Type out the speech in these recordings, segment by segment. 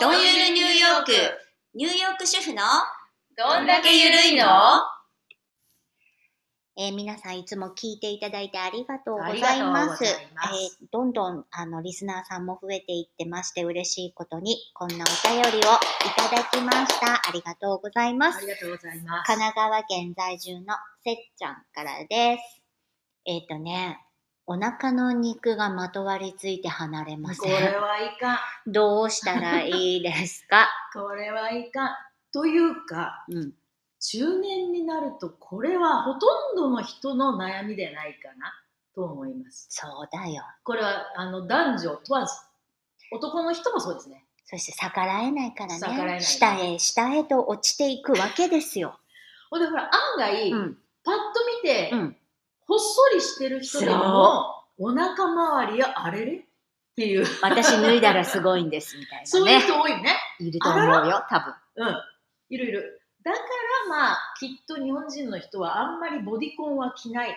どんゆるニューヨーク、ニューヨーク主婦の、どんだけゆるいのえー皆さんいつも聞いていただいてありがとうござありいがとうまごす。ざえいますーどんどん、あの、リスナーさんも増えていってまして、嬉しいことに、こんなお便りをいただきました。ありがとうございますあ。りがとうございます。神奈川県在住のせっちゃんからです。えっ、とね、お腹の肉がまとわりついて離れまこせれん。はいかん。どうしたらいいですかこれはいかん。というか、うん。中年になるとこれはほとんどの人の悩みでないかなと思います。そうだよ。これはあの男女問わず、男の人もそうですね。そして逆らえないからね。逆らえないね下へ下へと落ちていくわけですよ。ほんでほら、案外、うん。パッと見て、うん。ほっそりしてる人でも、お腹周りやあれれっていう、私脱いだらすごいんです、みたいそうないうね。人多いね。いると思うよ、多分。うん、いるいる。だからまあ、きっと日本人の人はあんまりボディコンは着ない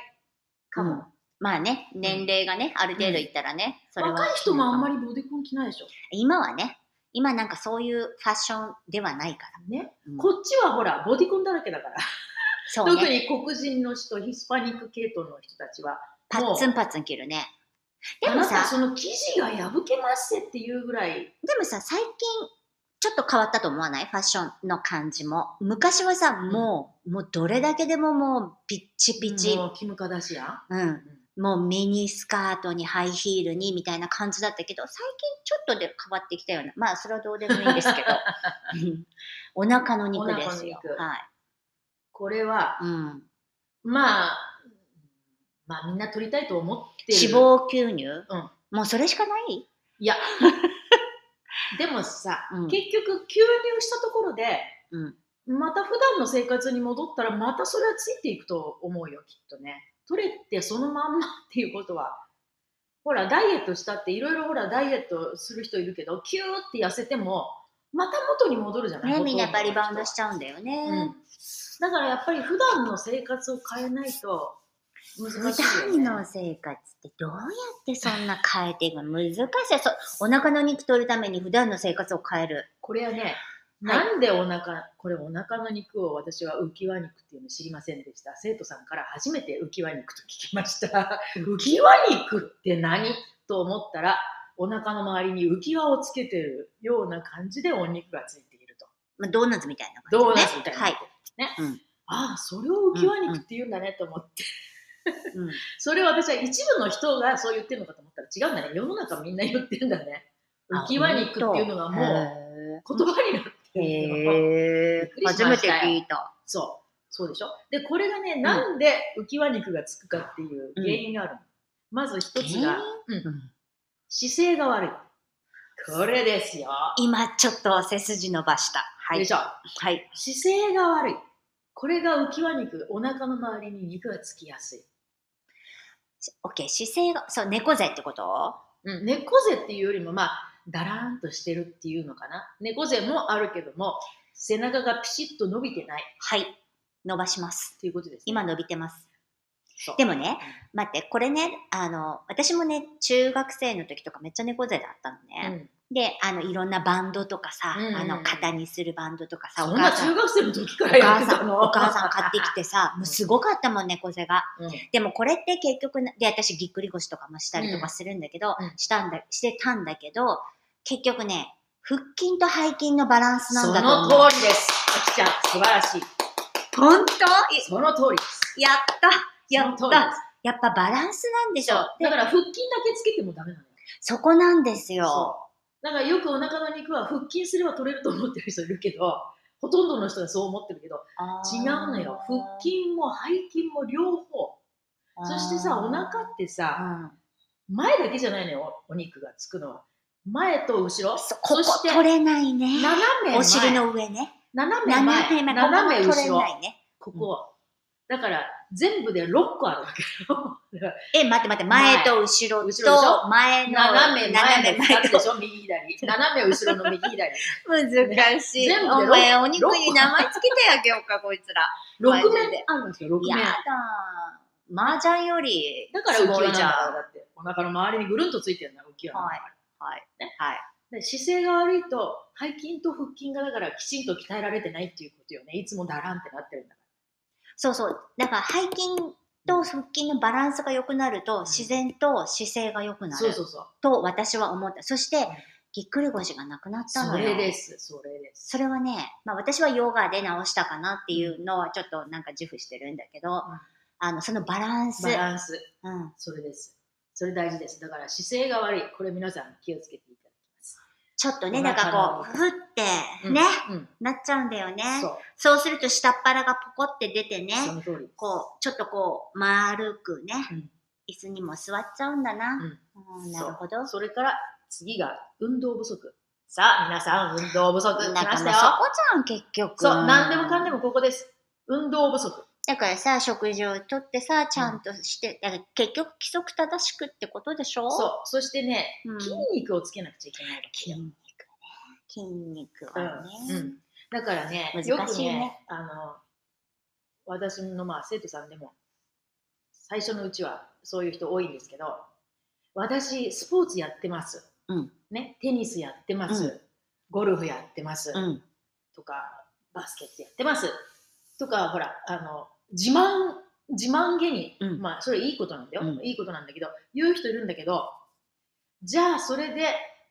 かも。うんまあね、年齢がね、ある程度いったらね、それは。若い人もあんまりボディコン着ないでしょ。今はね、今なんかそういうファッションではないから。ね、うんこっちはほら、ボディコンだらけだから。そう特ね。に黒人の人、ヒスパニック系統の人たちは。パッツンパッツン切るね。であもなた、さ、その生地が破けますせっていうぐらい。でもさ、最近、ちょっと変わったと思わないファッションの感じも。昔はさ、もう、もうどれだけでももう、ピッチピチ。もうキムカダシアン。うん。もうミニスカートにハイヒールにみたいな感じだったけど、最近ちょっとで変わってきたような。まあ、それはどうでもいいんですけ ど。うんお腹の肉ですよお腹の。肉は。、これはいうん。まあ、まあみんな取りたいと思ってる。脂肪吸入、んもうそれしかないいや、 でもさ、うん結局吸入したところで、うん。また普段の生活に戻ったら、またそれはついていくと思うよ、きっとね。取れてそのまんまっていうことは、ほら、ダイエットしたって、いろいろほら、ダイエットする人いるけど、キューって痩せても、また元に戻るじゃないね、みんなやっぱりリバウンドしちちゃうんだよね。うん。だからやっぱり普段の生活を変えないと難普しいよ、ね。段の生活ってどうやってそんな変えていくの難しいそうお腹の肉取るために普段の生活を変えるこれはね、なんでお腹、これお腹の肉を私は浮き輪肉っていうの知りませんでした。生徒さんから初めて浮き輪肉と聞きました。 浮き輪肉って何と思ったら、お腹の周りに浮き輪をつけてるような感じでお肉がついていると。まあドーナツみたいな感じ、ね、ドーナツみたいな。はい、ね。うんああ、それを浮き輪肉って言うんだねと思って。うん、それを私は一部の人がそう言ってるのかと思ったら違うんだね。世の中みんな言ってんだね。あ浮き輪肉っていうのがもう言葉になってへるーよへびっくーりし初まめしたてよ聞いたそう。そうでしょで、これがね、なんで浮き輪肉がつくかっていう原因があるの。まず一つが、うん姿勢が悪い。これですよ。今ちょっと背筋伸ばしたはいでしょはい姿勢が悪い。これが浮き輪肉、お腹の周りに肉がつきやすい。オッケー姿勢がそう猫背ってことうん、猫背っていうよりも、まあ、だらーんとしてるっていうのかな。猫背もあるけども、背中がピシッと伸びてないはい伸ばしますっていうことです、ね。今伸びてますそうでもね、待ってこれねあの私もね中学生の時とかめっちゃ猫背だったのうね、ん、であのいろんなバンドとかさ、うんうんうんあの肩にするバンドとかさそおんな母さ中ん学生の時かおらやっ母てさたんの。お母さん買ってきてさ、もうすごかったもん、猫背が。うんでもこれって結局な、で、私ぎっくり腰とかもしたりとかするんだけど、うんうんしたんだ、してたんだけど、結局ね、腹筋と背筋のバランスなそんだと思う。の通りです。あきちゃん、素晴らしい。本当いその通りです。やったやっその通りでたやっぱバランスなんでしす。ょそう。だから腹筋だけつけてもダメなのよ。そこなんですよ。そう。だからよくお腹の肉は腹筋すれば取れると思ってる人いるけど、ほとんどの人がそう思ってるけど、あー違うのよ。腹筋も背筋も両方。そしてさ、お腹ってさ、うん前だけじゃないのよ、お肉がつくのは。前と後ろ、そこそこして取斜れないねめ前、お尻の上ね斜め前、斜め前ここ斜めも後取れろな、いねここ。だから、全部で6個あるわけよ。だからえ、待って待って、前前と後ろ後ろでしとょ前の斜め前斜のめ2前つでとしょ、右左。斜め後ろの右 左。難しい。全部でお前、六お肉に名前つけてあげようか、こいつら。 6面あるんですよ、6や面。だ。麻雀より、だからす浮き輪ごないんじだゃん。からだって。お腹の周りにぐるんとついてるんだ、浮き輪なんだから。はい。はい。で姿勢が悪いと背筋と腹筋がだからきちんと鍛えられてないっていうことよねいつもだらんってなってるんだかそうそう。だから背筋と腹筋のバランスが良くなると、自然と姿勢が良くらなそうるそうそうと私は思った。そして、ぎっくり腰がなくなったそのれよ。ですそれです、それはね、まあ、私はヨガで直したかなっていうのはちょっとなんか自負してるんだけど、あのそのバランス、バランスうん、それですそれ大事ですだから姿勢が悪いこれ皆さん気をつけていただきますちょっとねおなん腹かのこうふってうんね、うんなっちゃうんだよねそそうすると下っ腹がポコって出てねその通りですこうちょっとこう丸くね、うん椅子にも座っちゃうんだな、うんうんなるほどそれから次が運動不足さあ皆さん運動不足きなんまかしたもうよそこじゃん結局そう何でもかんでもここです運動不足だからさ食事をとってさちゃんとして、だから結局規則正しくってことでしょそうそしてね、うん筋肉をつけなくちゃいけないわけ筋よ肉ね筋肉はね、うんうん、だからね難しいねよくねあの私のまあ生徒さんでも最初のうちはそういう人多いんですけど私スポーツやってます、うんね、テニスやってます、うんゴルフやってます、うん、とかバスケットやってますとかほらあの自慢自慢げに、うんまあそれいいことなんだよ、うんいいことなんだけど言う人いるんだけどじゃあそれで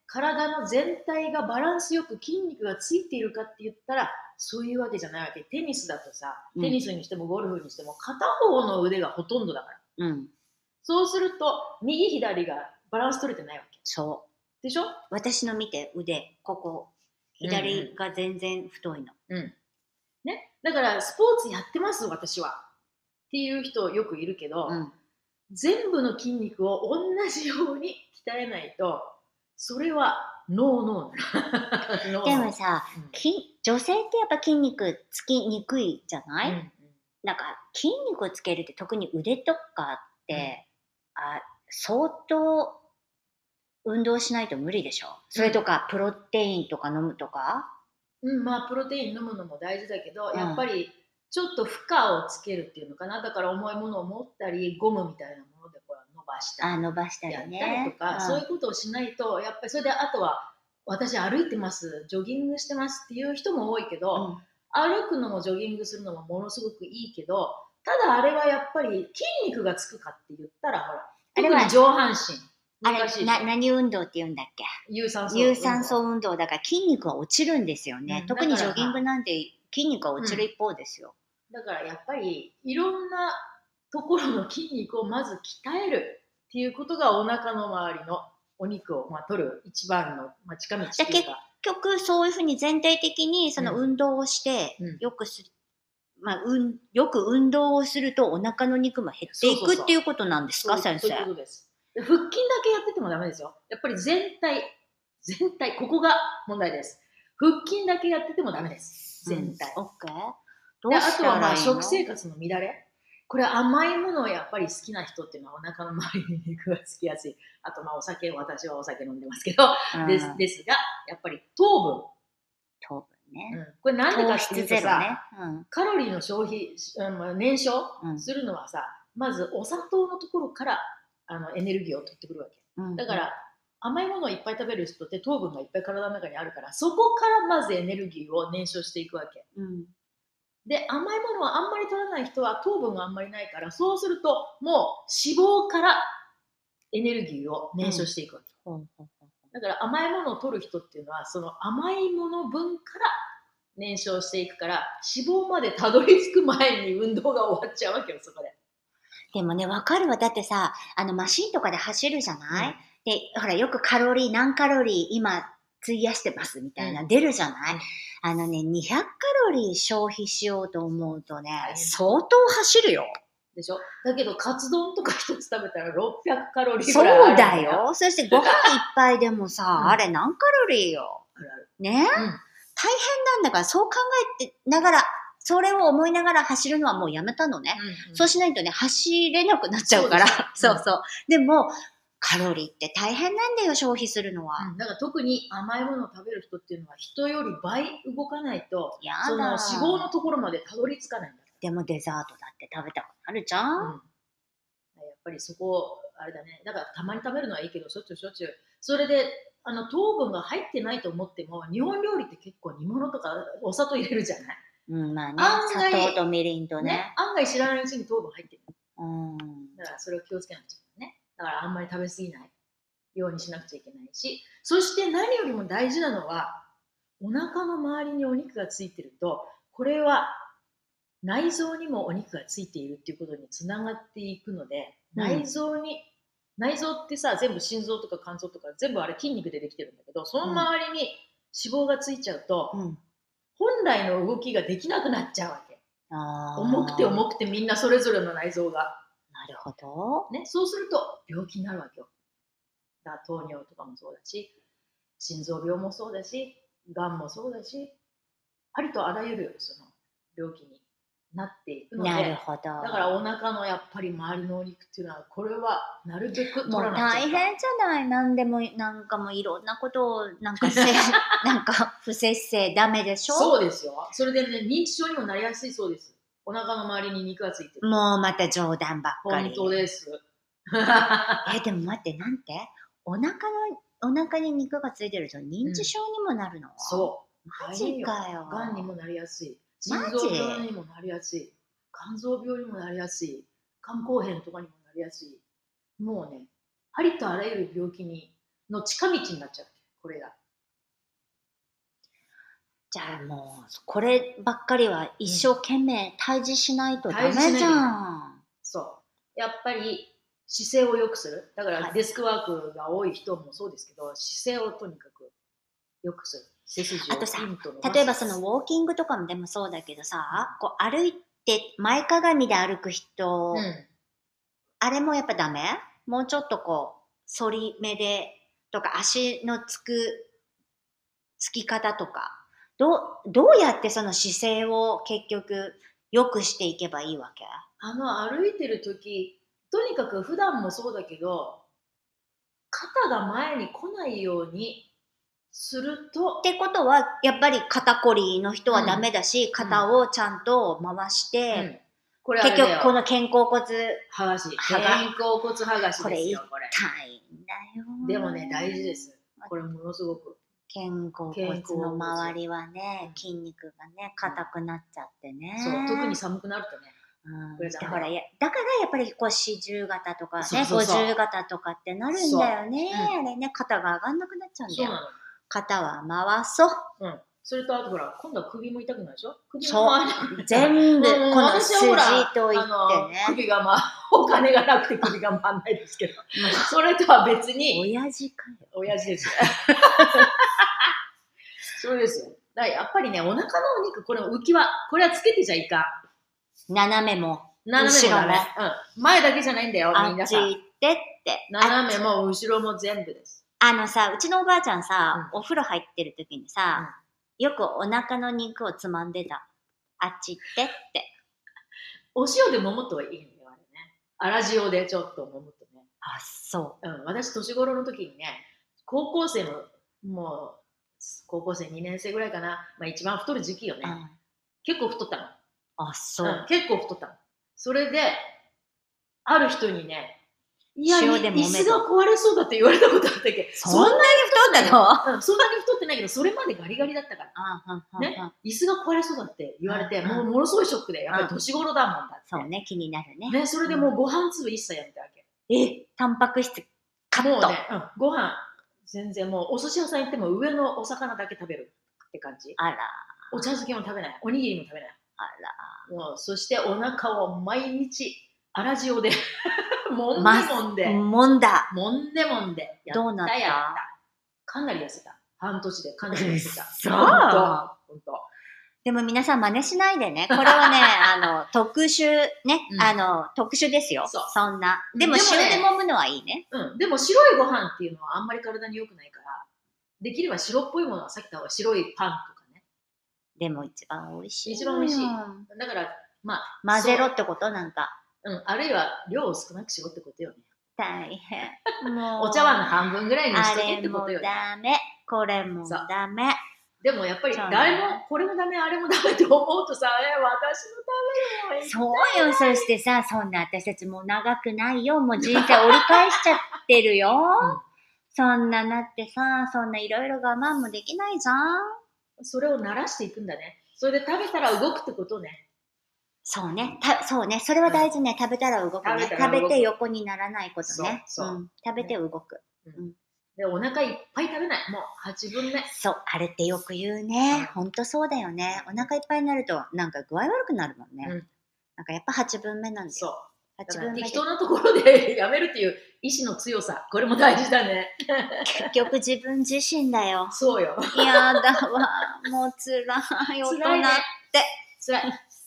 体の全体がバランスよく筋肉がついているかって言ったらそういうわけじゃないわけテニスだとさうんテニスにしてもゴルフにしても片方の腕がほとんどだからうん、そうすると右左がバランス取れてないわけそう。でしょ、私の見て、腕、ここ、左が全然太いの。うんね、だからスポーツやってます私はっていう人よくいるけど、うん、全部の筋肉を同じように鍛えないとそれはノーノー ノーでノもーさ、うんき女性ってやっぱ筋肉つきにくいじゃない、うんなんか筋肉をつけるって特に腕とかって、あ相当運動しないと無理でしょそれとかプロテインとか飲むとか、うん、まあプロテイン飲むのも大事だけど、うんやっぱりちょっと負荷をつけるっていうのかなだから重いものを持ったりゴムみたいなものでこう伸ばしたあ伸ばしたりやりったりね。とか、うんそういうことをしないとやっぱりそれであとは私歩いてますジョギングしてますっていう人も多いけど、うん歩くのもジョギングするのもものすごくいいけどただあれはやっぱり筋肉がつくかって言ったらほらあれ特はに上半身あ難しれいな何運動って言うんだっけ有酸素有酸素運動だから筋肉は落ちるんですよね、うん特にだジからョギングなんて筋肉は落ちる一方ですよ、だからやっぱりいろんなところの筋肉をまず鍛えるっていうことがお腹の周りのお肉を、まあ、取る一番の、まあ、近道っていうか結局そういうふうに全体的にそのうん運動をしてうんよくする、まあ、うんよく運動をするとお腹の肉も減っていそうそうくそうっていうことなんですかそういうそ先う生いうことですで腹筋だけやっててもダメですよやっぱり全体全体ここが問題です腹筋だけやっててもダメです全体、うんオッケーどうであしとたはまらあいいの食生活の乱れこれ甘いものをやっぱり好きな人っていうのはお腹の周りに肉がつきやすいあとまあお酒私はお酒飲んでますけどうんですですがやっぱり糖糖分分、ねこれなんでか糖ってい質うとゼロねさ、うんカロリーの消費、うんまあ燃焼うんするのはさまずお砂糖のところからあのエネルギーを取ってくるわけうん、だから甘いものをいっぱい食べる人って糖分がいっぱい体の中にあるからそこからまずエネルギーを燃焼していくわけうん、で甘いものはあんまり取らない人は糖分があんまりないからそうするともう脂肪からエネルギーを燃焼していくわけ、ほうほうほうだから甘いものを取る人っていうのはその甘いもの分から燃焼していくから脂肪までたどり着く前に運動が終わっちゃうわけよそこで。でもねわかるわだってさあのマシンとかで走るじゃない、うんで、ほら、よくカロリー、何カロリー今、費やしてますみたいな、出るじゃない、うんあのね、200カロリー消費しようと思うとね、変相当走るよ。でしょだけどカツ丼とか一つ食べたら600カロリーそぐうらいあるんだよ。そしてご飯一杯でもさ、 うんあれ何カロリーよ。あるあるね、大変なんだから、そう考えてながら、それを思いながら走るのはもうやめたのね。そうしないとね、走れなくなっちゃうから。そ そううですそう。でも、カロリーって大変なんだよ、消費するのは。うんだから特に甘いものを食べる人っていうのは人より倍動かないとやそのだ脂肪のところまでたどり着かないんだって、でもデザートだって食べたくなるじゃん、うんやっぱりそこあれだねだからたまに食べるのはいいけどしょっちゅうしょっちゅうそれであの糖分が入ってないと思っても日本料理って結構煮物とかお砂糖入れるじゃない、うん、まあね案、外砂糖とみりんとね。ね、案外知らないうちに糖分入ってるうん。だからそれを気をつけなくちゃいけないねだからあんまり食べ過ぎないようにしなくちゃいけないしそして何よりも大事なのはお腹の周りにお肉がついてるとこれは内臓にもお肉がついているっていうことにつながっていくので、うん内臓に内臓ってさ全部心臓とか肝臓とか全部あれ筋肉でできてるんだけどその周りに脂肪がついちゃうと、うん本来の動きができなくなっちゃうわけあー重くて重くてみんなそれぞれの内臓が。なるほど。ね、そうすると病気になるわけよ。だから糖尿とかもそうだし、心臓病もそうだし、がんもそうだし、ありとあらゆるその病気になっていくので、なるだほど。からお腹のやっぱり周りのお肉っていうのは、これはなるべくもう取らなくちゃ大変いじけない。ゃない。なんでも、なんかもういろんなことを、な んかせ、なんか不節制ダメでしょそうですよ。それでね、認知症にもなりやすいそうです。お腹の周りに肉がついてる。もうまた冗談ばっか本り。当です。 え、でも待って、なんてお腹の、お腹に肉がついてると認知症にもなるの、そう。マジ大か変よ。がんにもなりやすいマ心ジ臓病にもなりやすい肝臓病にもなりやすい肝硬変とかにもなりやすいもうねありとあらゆる病気にの近道になっちゃうこれがじゃあもう、こればっかりは一生懸命退治しないとダメ退治しないとじゃん。そうやっぱり姿勢を良くするだかはらいデスクワークが多い人もそうですけど姿勢をとにかく良くする背筋をあとさピンと伸ばす例えばそのウォーキングとかもでもそうだけどさ、こう歩いて前かがみで歩く人、うんあれもやっぱダメもうちょっとこう、反り目でとか足のつく、つき方とか、どう、どうやってその姿勢を結局良くしていけばいいわけあの歩いてる時とにかく普段もそうだけど肩が前に来ないようにするとってことは、やっぱり肩こりの人はダメだし、肩をちゃんと回しうて、んこれあれ結だよ局この肩甲骨、大剥がしは肩が甲骨剥がしですよこれ変だでよ。もね大事で。すこれものすごく肩甲骨の周りはね、筋肉がね、硬くなっちゃってね。そう特に寒くなるとねうんこれじゃでないほらやだからやっぱりこう四十型とかねそうそうそう五十型とかってなるんだよね、そうあれね肩が上がんなくなっちゃうんだそうよなの肩は 回そうそれとあとほら今度は首も痛くなるでしょ首そうも回らなくなる全部うんこの私筋はほらといっあてのね首がまお金がなくて首が回らないですけどそれとは別に親父かよ親父 です。そうですよ。だからやっぱりね、お腹のお肉、これ浮きは、これはつけてちゃいかん。斜めも斜めもダメ後うん。前だけじゃないんだよ、あみんなっちさん。行ってって斜あめっちも後ろも全部です。あのさうちのおばあちゃんさ、お風呂入ってる時にさ、よくお腹の肉をつまんでたあっち行ってってお塩でもむといいんだよ、あれね。粗塩でちょっともむとね。あそうん。私、年頃の時にね、高校生の、もう、高校生2年生ぐらいかな。まあ一番太る時期よう、ね。うん結構太ったの。あそう、うん結構太ったのそれである人にねいや塩でも椅めと子が壊れそうだって言われたことあったっけそんなに太ったのの、うんそんなに太ってないけどそれまでガリガリだったからああああねあ椅子が壊れそうだって言われて、うんもうものすごいショックでやっぱり年頃だもんだって、そうね、気になるね。ね、それでもうご飯粒一切やめたわけえ、タンパク質カもッうト。ね、うんご飯全然もうお寿司屋さん行っても上のお魚だけ食べるって感じあら、お茶漬けも食べないおにぎりも食べないあもうそしてお腹を毎日粗塩で もんまでもんで、ら。もんだ。もんでもんで。やどうなったやかなり痩せた。半年でかなり痩せた。嘘本当本当でも皆さん真似しないで ね。これはね、あの、特殊、ね、うんあの、特殊ですよ。そうそんな。うんでも、でもね塩で揉むのはいいね。うん。でも白いご飯っていうのはあんまり体に良くないから、できれば白っぽいものはさっき言った白いパンとかね。でも一番美味しい。一番美味しいだから、まあ、混ぜろってことなんか。そう、うん、あるいは量を少なくしろってことよね。大変。もう。お茶碗の半分ぐらいにしあとけっれてこもとよね。ダメ。これもそうダメ。でもやっぱりそうね誰もこれもダメあれもダメと思うとさ、え私のためにもいいそうよ。そしてさ、そんな私たちもう長くないよ。もう人生折り返しちゃってるよ。んそんななってさ、そんないろいろ我慢もできないじゃん。それを慣らしていくんだね。それで食べたら動くってことね。そうね。たそうね。それは大事ね。食べたら動くね。食べたら食動くべて横にならないことね。そうそうん食べて動く。で、お腹いっぱい食べない。もう8分目。そう、あれってよく言うね。うんほんとそうだよね。お腹いっぱいになると、なんか具合悪くなるもんね。うんなんかやっぱ8分目なんですそうよ。。だ8から分目で適当なところでやめるっていう意志の強さ。これも大事だね。結局自分自身 だよ。そうよ。やだわ。もう辛い大人。辛いね辛い。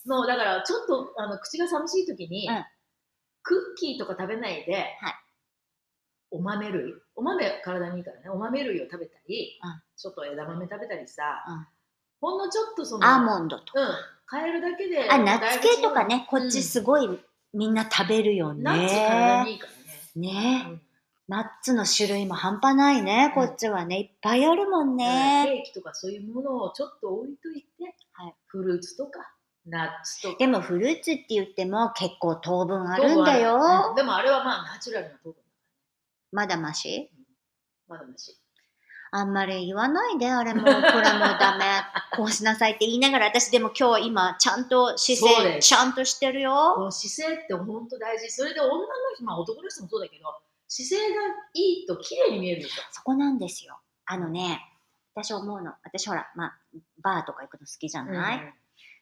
もうだからちょっとあの口が寂しい時に、うんクッキーとか食べないで、はいお豆類お豆体にいいからねお豆類を食べたり、うんちょっと枝豆食べたりさ、うんほんのちょっとそのアーモンドとうん変えるだけでか。あ、ナッツ系とかだいね。こっちすごいみんな食べるよぶ違うナッツ体ね。にいいからねね、ナッツの種類も半端ないね。こうんっちはね。いっぱいあるもんうんね。ケーキとかそういうものをちょっと置いといて、はいフルーツとかナッツとかでもフルーツって言っても結構糖分あるんだ糖分あるうよん。でもあれはまあナチュラルな糖分まだましまだましあんまり言わないで、あれも、これも ダメ、こうしなさいって言いながら、私でも今日今、ちゃんとそう姿だ勢、よちゃんとしてるこよ。の姿勢って本当大事。それで女の人、まあ男の人もそうだけど、姿勢がいいと綺麗に見えるでしょ。そこなんですよ。あのね、私思うの、私ほら、まあ、バーとか行くの好きじゃない、うん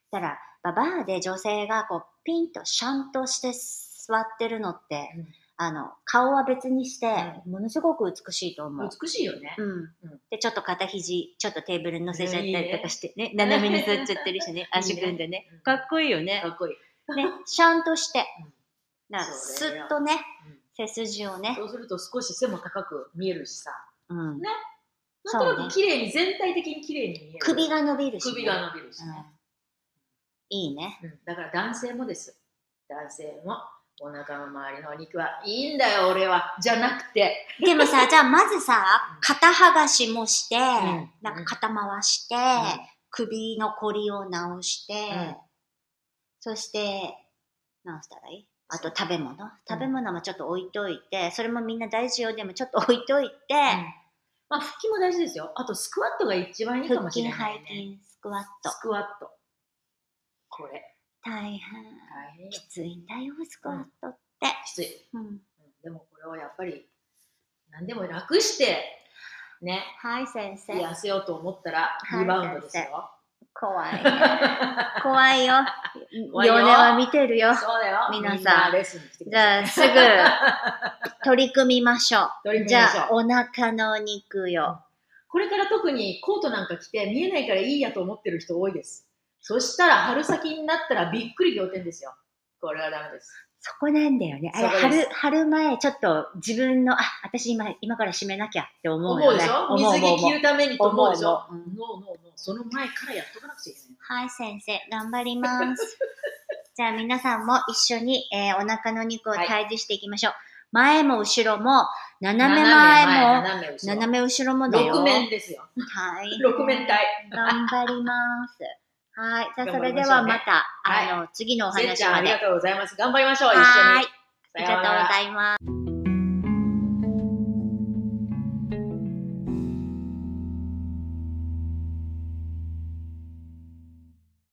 だから、まあバーで女性がこう、ピンとシャンとして座ってるのって、うんあの、顔は別にして、ものすごく美しいと思う。美しいよね。うんうんで、ちょっと肩肘、ちょっとテーブルに乗せちゃったいいりねとかしてね、斜めに座っちゃってる しね、足組んでね。うんかっこいいよねか。っこいい。 ね、シャンとしてうん、なんかそスうだよッとね、うん背筋をねそ、うすると少し背も高く見えるしさ、うんねそうなねんとなく綺麗に、全体的に綺麗に見える。首が伸びるしね、首が伸びるしうんね、いいね。うんだから男性もです。男性も。お腹の周りのお肉はいいんだよ俺はじゃなくて、でもさ、じ ゃあまずうさん、肩剥がしもして、んなんか肩回して、首のこりを直して、んそして、直したらいいあと食べ物、食べ物もちょっと置いといて、それもみんな大事よ。でもちょっと置いといて、まあ、腹筋も大事ですよあとスクワットが一番いいかも腹し筋、れ背ない、ね、筋、スクワット。スクワット。これ、大大変。変きついんだよ、スクワットって。きつい。うんうんでもこれはやっぱり、何でも楽して、ね、はい、先生。痩せようと思ったら、はいリバウンドですよ。怖い ね。怖いよ。怖いよヨネは見てるよ。そうだよ。皆さんみなレッスンに来てくじださい。ゃあ、 すぐ、取り組みましょう。取りじ組みましょうゃあ、お腹のお肉よ。これから特にコートなんか着て、見えないからいいやと思ってる人多いです。そしたら、春先になったらびっくり仰天ですよ。これはダメです。そこなんだよね。あれ、そこで春、す春前、ちょっと自分の、あ、私今、今から締めなきゃって思う思ようでねし。ょ思う水着着るためにと思うでしょ思う思ううんノーノーノーその前からやっとかなくちゃいけない。はい、先生、頑張 ります。じゃあ皆さんも一緒に、えーお腹のお肉を退治していきましょう。前も後ろも、斜め前も、斜め後ろ。斜め後ろもだよ。六面ですよ。はい。六面体。頑張ります。はい。じゃあ、それ頑張りでましょはうねまた、はいあの、次のおせっ話ちゃん、まあで。りがとうございます。頑張りましょう、一緒に。はい。ありさようながとうらございます。